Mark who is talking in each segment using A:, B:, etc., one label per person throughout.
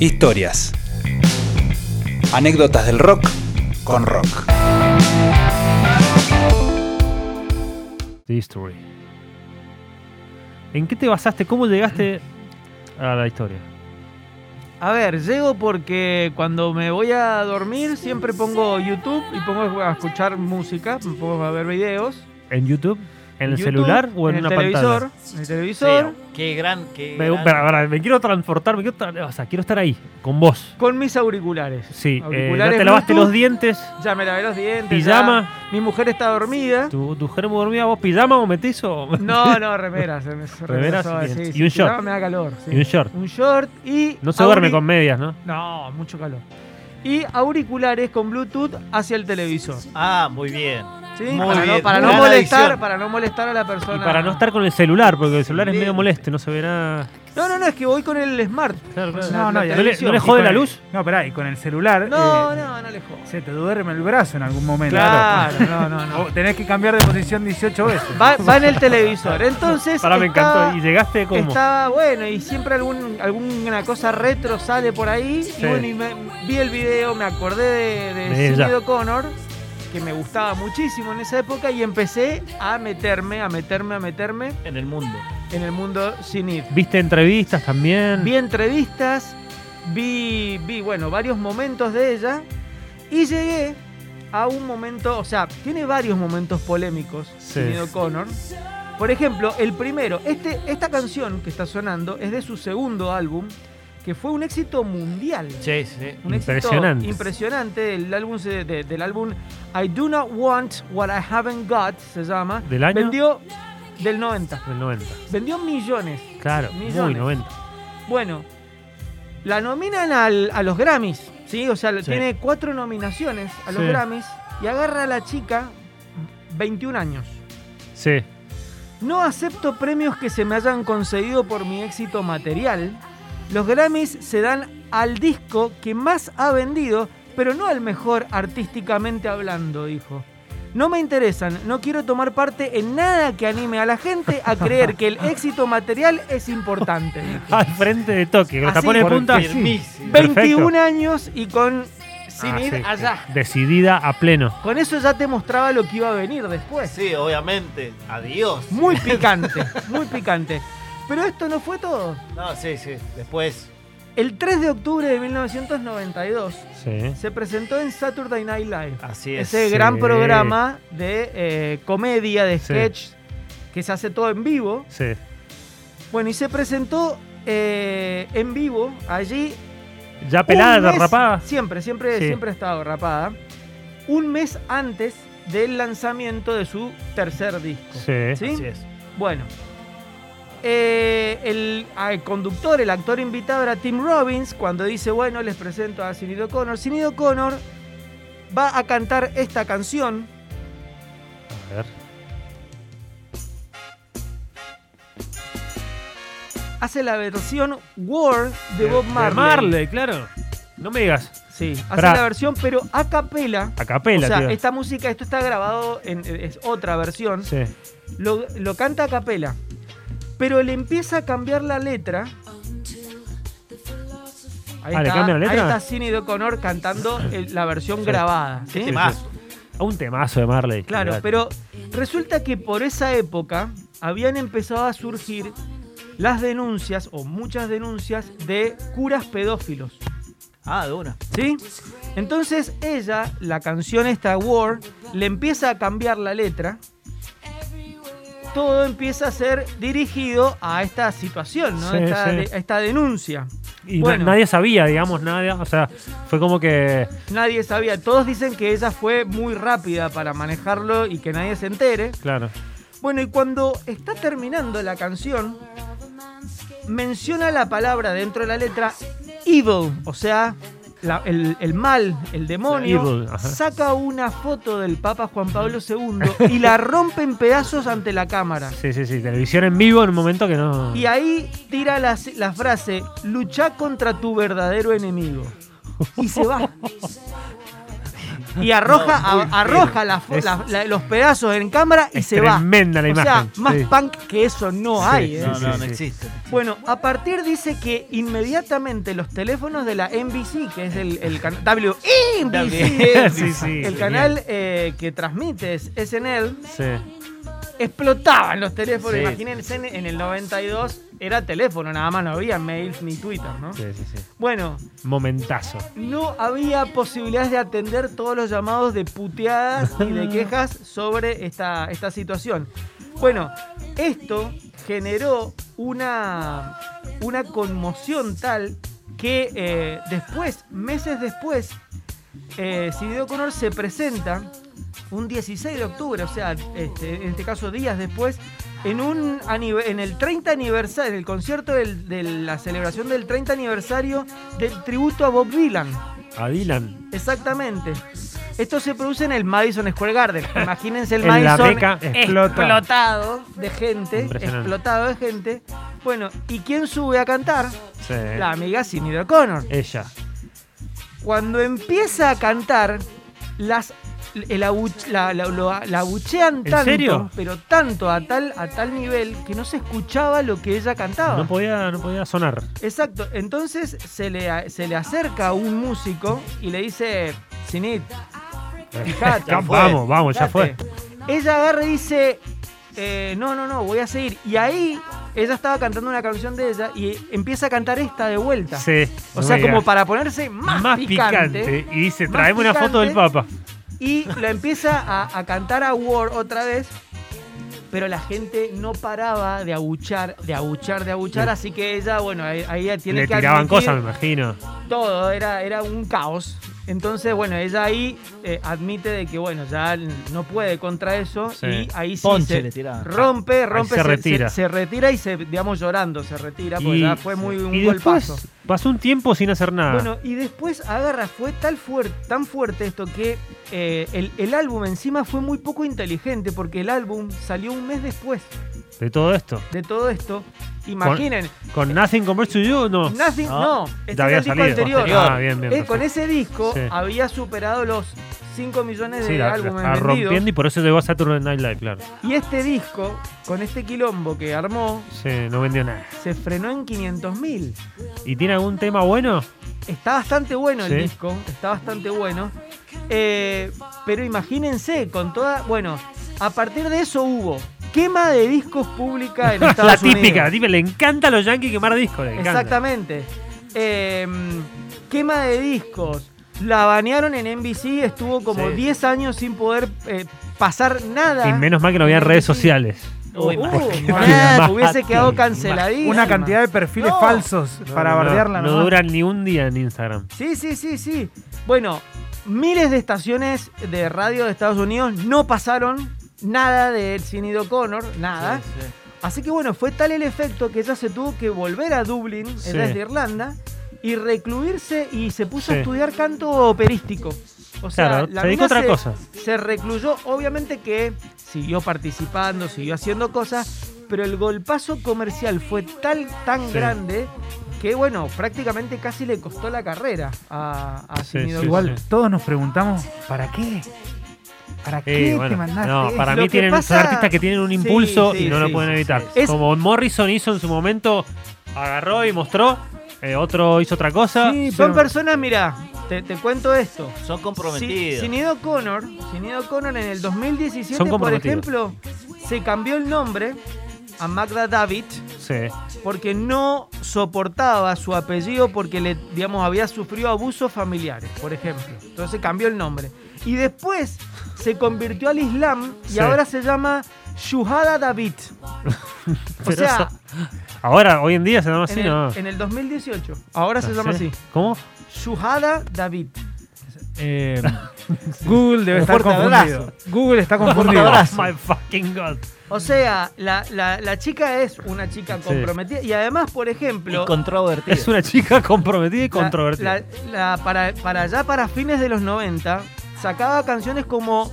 A: Historias. Anécdotas del rock con rock.
B: The History. ¿En qué te basaste? ¿Cómo llegaste a la historia?
C: A ver, llego porque cuando me voy a dormir siempre pongo YouTube y pongo a escuchar música, me pongo a ver videos.
B: ¿En YouTube? ¿En el
C: YouTube,
B: celular o en,
C: el
B: una
C: televisor,
B: pantalla?
C: En el televisor,
D: Sí, qué gran. Qué
B: Me,
D: gran-
B: para- para, me quiero transportar, me quiero, tra- o sea, quiero estar ahí, con vos.
C: con mis auriculares.
B: Sí, eh, ya
C: Auriculares
B: te lavaste
C: Bluetooth,
B: los dientes,
C: Ya me lavé los dientes.
B: pijama,
C: ya- Mi mujer está dormida.
B: tu, tu germo dormía, vos pijama o metés o...
C: No, no, remeras. eh, remeras,
B: Remeras,
C: soba,
B: bien.
C: sí,
B: Y
C: sí,
B: un
C: si no,
B: short.
C: Me da calor. sí.
B: Y un short.
C: Un short y.
B: No se duerme
C: auri-
B: con medias, ¿no?
C: No, mucho calor. Y auriculares con Bluetooth hacia el televisor.
D: Ah, muy bien.
C: ¿sí?
D: Muy
C: para no,
D: bien,
C: para no
D: gran
C: molestar,
D: adición.
C: para no molestar a la persona.
B: Y para no estar con el celular, porque el celular es
C: Sí.
B: medio molesto, no se verá...
C: No, no, no, es que voy con el smart.
B: Claro, claro.
C: La-
E: No, no,
C: la
E: y-
B: ¿No le,
C: televisión.
B: no le
E: Ah, Y
B: jode
E: con
B: la
E: el-
B: luz?
E: No, pará, y con el celular.
C: No,
E: eh,
C: no, no le jodas.
E: Se te duerme el brazo en algún momento.
C: Claro, no, no, no.
E: O tenés que cambiar de posición 18 veces.
C: Va, va en el televisor. Entonces.
B: Para, me
C: estaba-
B: encantó. ¿Y llegaste como?
C: Estaba bueno y siempre algún, alguna cosa retro sale por ahí. Y bueno, y me- vi el video, me acordé de, de,
B: De ella.
C: Cindy O'Connor, que me gustaba muchísimo en esa época, y empecé a meterme, a meterme, a meterme
D: En el mundo.
C: en el mundo cine.
B: ¿Viste entrevistas también?
C: Vi entrevistas, vi, vi, bueno, varios momentos de ella, y llegué a un momento, o sea, tiene varios momentos polémicos,
B: Sí.
C: Sinéad O'Connor. Por ejemplo, el primero, este, esta canción que está sonando es de su segundo álbum, que fue un éxito mundial.
D: Sí, sí.
C: Un éxito
B: Impresionante.
C: impresionante. El álbum se- de- del álbum I Do Not Want What I Haven't Got se llama.
B: ¿Del año?
C: Vendió del 90.
B: Del 90.
C: Vendió millones.
B: Claro, muy
C: Millones.
B: 90.
C: Bueno, la nominan al- a los Grammys, ¿sí? O sea,
D: Sí.
C: tiene cuatro nominaciones a los
B: Sí.
C: Grammys y agarra a la chica 21 años.
B: Sí.
C: No acepto premios que se me hayan concedido por mi éxito material. Los Grammys se dan al disco que más ha vendido, pero no al mejor artísticamente hablando, dijo. No me interesan, no quiero tomar parte en nada que anime a la gente a creer que el éxito material es importante. dijo.
B: Al frente de Tokio, con los
C: Así,
B: tapones de
C: porque
B: punta.
D: Firmísimo.
C: 21
B: Perfecto.
C: años y con sin
B: Ah,
C: ir
B: sí,
C: allá.
B: sí. Decidida a pleno.
C: Con eso ya te mostraba lo que iba a venir después.
D: Sí, obviamente. Adiós.
C: Muy picante, muy picante. Pero esto no fue todo.
D: No, sí, sí. Después.
C: El 3 de octubre de 1992
B: Sí.
C: se presentó en Saturday Night Live.
D: Así es.
C: Ese
B: sí.
C: gran programa de eh, comedia, de
B: Sí.
C: sketch, que se hace todo en vivo.
B: Sí.
C: Bueno, y se presentó eh, en vivo allí
B: Ya pelada,
C: Un
B: ya
C: mes-
B: rapada.
C: Siempre, siempre,
B: Sí.
C: siempre ha estado rapada. Un mes antes del lanzamiento de su tercer disco.
B: Sí.
C: ¿Sí?
D: Así es.
C: Bueno. Eh, el, al conductor, el actor invitado era Tim Robbins, cuando dice, bueno, les presento a Sinead O'Connor. Sinead O'Connor va a cantar esta canción.
B: A ver.
C: Hace la versión War de Bob Marley.
B: Marley, claro. No me digas.
C: Sí, hace
B: Pará.
C: la versión, pero a capela.
B: A capela,
C: o sea,
B: tío.
C: esta música, esto está grabado en es otra versión.
B: Sí.
C: lo, lo canta a capela, pero le empieza a cambiar la letra. Ahí,
B: Ah, ¿le
C: está,
B: cambia la letra?
C: ahí está Sinead O'Connor cantando el- la versión
B: Sí.
C: grabada. ¿sí?
D: Qué temazo.
B: Un temazo de Marley.
C: Claro,
B: Mirá.
C: pero resulta que por esa época habían empezado a surgir las denuncias o muchas denuncias de curas pedófilos.
D: Ah, de una.
C: ¿Sí? Entonces ella, la canción esta, War, le empieza a cambiar la letra. Todo empieza a ser dirigido a esta situación, ¿no?
B: Sí,
C: esta,
B: sí.
C: de- a esta denuncia.
B: Y na-
C: bueno.
B: nadie sabía, digamos, nadie. O sea, fue como que.
C: Nadie sabía, todos dicen que ella fue muy rápida para manejarlo y que nadie se entere.
B: Claro.
C: Bueno, y cuando está terminando la canción, menciona la palabra dentro de la letra evil, o sea, la- el, el mal, el demonio.
B: Evil, ajá.
C: saca una foto del Papa Juan Pablo II y la rompe en pedazos ante la cámara.
B: Sí, sí, sí. Televisión en vivo en un momento que no.
C: Y ahí tira la, la frase, lucha contra tu verdadero enemigo. Y se va. y arroja,
D: No, uy,
C: a- arroja la fo-
B: es-
C: la- la- los pedazos en cámara y
B: Es
C: se va.
B: tremenda la
C: o
B: imagen.
C: sea, más
B: sí.
C: punk que eso no
B: Sí,
C: hay. ¿eh?
D: No,
B: Sí,
D: no,
B: sí,
D: no
B: sí.
D: existe.
C: Bueno, a partir dice que inmediatamente los teléfonos de la NBC, que es el, el canal WNBC,
B: Sí, sí,
C: el
B: genial.
C: canal eh, que transmite es SNL,
B: Sí.
C: explotaban los teléfonos.
D: Sí.
C: Imagínense, en- en el 92 era teléfono, nada más no había mails ni Twitter, ¿no?
B: Sí, sí, sí.
C: Bueno,
B: Momentazo.
C: no había posibilidades de atender todos los llamados de puteadas y de quejas sobre esta, esta situación. Bueno, esto generó una, una conmoción tal que eh, después, meses después, eh, Silvio Conor se presenta un 16 de octubre, o sea, este, en este caso días después, en, un, anive- en el 30 aniversario, en el concierto del- de la celebración del 30 aniversario del tributo a Bob Dylan.
B: A Dylan.
C: Exactamente. Esto se produce en el Madison Square Garden. Imagínense el
B: En la
C: Madison
B: beca explota.
C: explotado de gente,
B: Impresionante.
C: explotado de gente. Bueno, ¿y quién sube a cantar?
B: Sí.
C: La amiga Cindy O'Connor.
B: Ella.
C: Cuando empieza a cantar, las el abuch- la, la- lo- la abuchean tanto,
B: serio?
C: pero tanto a tal, a tal nivel que no se escuchaba lo que ella cantaba.
B: No podía, no podía sonar.
C: Exacto, entonces se le, a- se le acerca un músico y le dice, Sinit, Fijate.
B: Ya, vamos, vamos, ya fue.
C: Ella agarra y dice, eh, no, no, no, voy a seguir. Y ahí ella estaba cantando una canción de ella y empieza a cantar esta de vuelta.
B: Sí.
C: O
B: no
C: sea,
B: me
C: como
B: digas.
C: para ponerse más,
B: más
C: picante.
B: picante. Y dice,
C: más
B: traeme una foto del
C: picante.
B: Papa.
C: Y la empieza a, a cantar a War otra vez. Pero la gente no paraba de abuchar, de abuchar, de abuchar.
B: Le-
C: Así que ella, bueno, ahí, ahí ya tiene
B: Le
C: que
B: tiraban
C: admitir
B: cosas, me imagino.
C: todo, era, era un caos. Entonces, bueno, ella ahí eh, admite de que, bueno, ya no puede contra eso
B: Sí.
C: y ahí sí
D: Ponche
C: se
D: le tiraban.
C: rompe, rompe,
B: se retira.
C: Se, se retira y se, digamos, llorando se retira porque
B: Y-
C: ya fue muy un
B: y
C: golpazo.
B: después Ah. pasó un tiempo sin hacer nada.
C: Bueno, y después agarra, fue tal fuerte, tan fuerte esto que eh, el, el álbum encima fue muy poco inteligente porque el álbum salió un mes después
B: de todo esto.
C: de todo esto. Imaginen,
B: Con Nothing Compared to You, no. Ah.
C: Nothing- no,
D: No,
B: ya
C: este era
B: había
C: el disco
B: salido.
C: anterior.
D: Posterior.
B: Ah, bien, bien.
C: Eh, con
B: perfecto.
C: ese disco
B: Sí.
C: había superado los 5 millones de
B: Sí, la, la
C: álbumes
B: estaba
C: vendidos.
B: rompiendo y por eso llegó a Saturday Night Live, claro.
C: Y este disco, con este quilombo que armó,
B: Sí, no vendió nada.
C: se frenó en 500 mil.
B: ¿Y tiene algún tema bueno?
C: Está bastante bueno el
B: Sí.
C: disco, está bastante bueno. Eh, pero imagínense, con toda. Bueno, a partir de eso hubo quema de discos pública en
B: la
C: Estados Unidos.
B: típica, la típica. Le encanta a los Yankees quemar discos. Le encanta.
C: Exactamente. Eh, quema de discos. La banearon en NBC, estuvo como
B: Sí.
C: 10 años sin poder eh, pasar nada.
B: Y menos mal que no había redes
C: Sí.
B: sociales.
C: Uh,
D: Uy, imagínate.
C: mal, hubiese quedado
D: Imagínate.
C: canceladísima.
E: Una cantidad de perfiles
C: No.
E: falsos para
B: No, no,
E: bardearla.
B: No,
E: nomás.
B: duran ni un día en Instagram.
C: Sí, sí, sí, sí. Bueno, miles de estaciones de radio de Estados Unidos no pasaron nada de Sidney O'Connor,
B: ah.
C: nada.
D: Sí, sí.
C: Así que bueno, fue tal el efecto que ella se tuvo que volver a Dublín,
B: Sí.
C: ella es de Irlanda, y recluirse y se puso a
B: Sí.
C: estudiar canto operístico. O sea,
B: claro,
C: la
B: se dedicó
C: mina
B: a otra
C: se-
B: cosa.
C: se recluyó, obviamente que siguió participando, siguió haciendo cosas, pero el golpazo comercial fue tal, tan
B: Sí.
C: grande que, bueno, prácticamente casi le costó la carrera a, a
B: Sí,
C: Sinido
B: sí,
C: Igual.
E: Igual todos nos preguntamos, ¿para qué? ¿Para qué
B: Eh,
E: te
B: bueno,
E: mandaste?
B: no, para
C: Lo
B: mí
C: que
B: tienen,
C: pasa-
B: son artistas que tienen un
C: Sí,
B: impulso
C: sí,
B: y no
C: sí,
B: lo pueden
C: sí,
B: evitar.
C: sí. Es-
B: Como Morrison hizo en su momento, agarró y mostró, eh, otro hizo otra cosa.
E: Sí,
C: Son
E: pero-
C: personas, mira, te, te cuento esto.
D: Son comprometidos.
C: Sinido Connor, Sinido Connor en el 2017,
B: Son
C: por
B: comprometidos.
C: ejemplo, se cambió el nombre a Magda David
B: Sí.
C: porque no soportaba su apellido porque le, digamos, había sufrido abusos familiares, por ejemplo. Entonces cambió el nombre. Y después se convirtió al Islam y
B: Sí.
C: ahora se llama Shuhada David. O
B: Pero
C: sea,
B: eso- ahora, hoy en día se llama así,
C: en, el,
B: ¿no? Ah,
C: en el 2018. Ahora se
B: No
C: llama
B: sé.
C: así.
B: ¿Cómo?
C: Shuhada David.
E: Eh, Google debe
C: Un
E: estar
C: fuerte
E: confundido. Google está confundido.
B: Oh my fucking god.
C: O sea, la, la- la chica es una chica
B: Sí.
C: comprometida. Y además, por ejemplo...
D: Y controvertido.
B: Es una chica comprometida y
C: la-
B: controvertida.
C: la- la- para, para allá, para fines de los 90, sacaba canciones como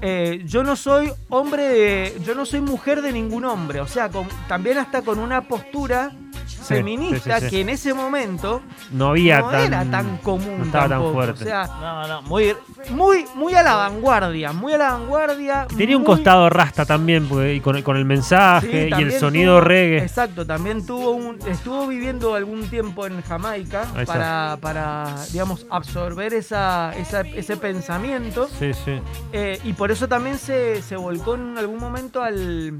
C: eh, Yo no soy hombre de. Yo no soy mujer de ningún hombre. O sea, con- también hasta con una postura
B: sí,
C: feminista
B: sí, sí.
C: que en ese momento
B: No había
C: no
B: tan.
C: era tan común.
B: no estaba tan
C: tampoco.
B: fuerte.
C: O sea,
D: No, no, muy.
C: muy, muy a la vanguardia, muy a la vanguardia.
B: Tenía un
C: muy-
B: costado rasta también, porque- y con, con el
C: Sí,
B: mensaje y el
C: también
B: sonido
C: tuvo-
B: reggae.
C: Exacto, también tuvo un, estuvo viviendo algún tiempo en Jamaica
B: Ahí está.
C: para, para, digamos, absorber esa, esa- ese pensamiento.
B: Sí, sí.
C: eh, y por eso también se, se volcó en algún momento al,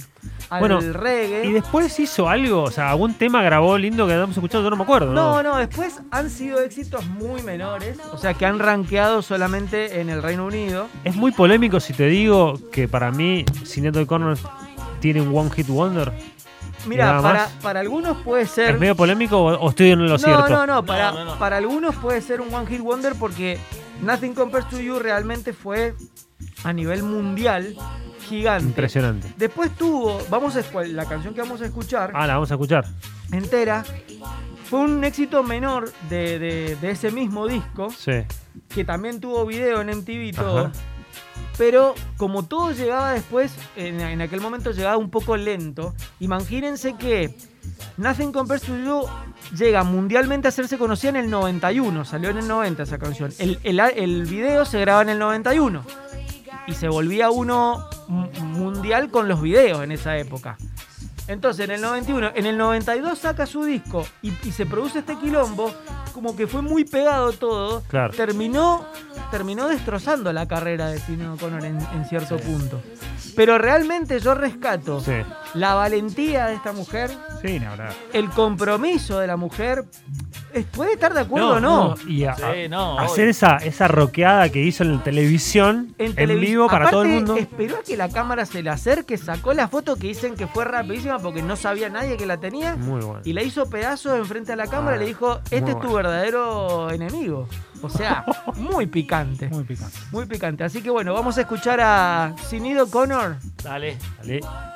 C: al
B: Bueno,
C: reggae.
B: Y después hizo algo, o sea, algún tema grabó lindo que habíamos escuchado, yo no me acuerdo.
C: No,
B: No,
C: no, después han sido éxitos muy menores, o sea que han rankeado solamente en el Reino Unido.
B: Es muy polémico si te digo que para mí Cineto de Corner tiene un One Hit Wonder.
C: Mira,
B: Nada
C: para,
B: más.
C: para algunos puede ser.
B: ¿Es medio polémico o, o estoy en lo
C: no,
B: cierto?
C: no, no, para,
D: no, no.
C: para algunos puede ser un One Hit Wonder porque Nothing Compares to You realmente fue a nivel mundial gigante.
B: Impresionante.
C: Después tuvo, vamos a escu- la canción que vamos a escuchar
B: Ah, la vamos a escuchar.
C: entera. Fue un éxito menor de, de- de ese mismo disco,
B: Sí.
C: que también tuvo video en MTV y todo.
B: Ajá.
C: Pero como todo llegaba después, en, en aquel momento llegaba un poco lento. Imagínense que Nothing Compares to You llega mundialmente a hacerse conocida en el 91. Salió en el 90 esa canción. El, el- el video se graba en el 91. Y se volvía uno mu- mundial con los videos en esa época. Entonces, en el 91, en el 92 saca su disco y, y se produce este quilombo, como que fue muy pegado todo.
B: Claro.
C: Terminó, terminó destrozando la carrera de Cine O'Connor en, en cierto punto. Pero realmente yo rescato
B: Sí.
C: la valentía de esta mujer,
E: Sí, ni hablar.
C: el compromiso de la mujer. Es- Puede estar de acuerdo o no.
B: Y a-
D: Sí, no.
B: a- hacer esa, esa roqueada que hizo en la televisión, en,
C: televis-
B: vivo para todo el
C: Aparte,
B: mundo.
C: Esperó a que la cámara se le acerque, sacó la foto que dicen que fue rapidísima porque no sabía nadie que la tenía.
B: Muy bueno.
C: Y la hizo pedazos enfrente a la cámara y le dijo, este
B: Ah, muy
C: es tu
B: bueno.
C: verdadero enemigo. O sea, muy picante,
E: Muy picante.
C: muy picante. Así que bueno, vamos a escuchar a Sinido Connor
D: Dale.
B: Dale.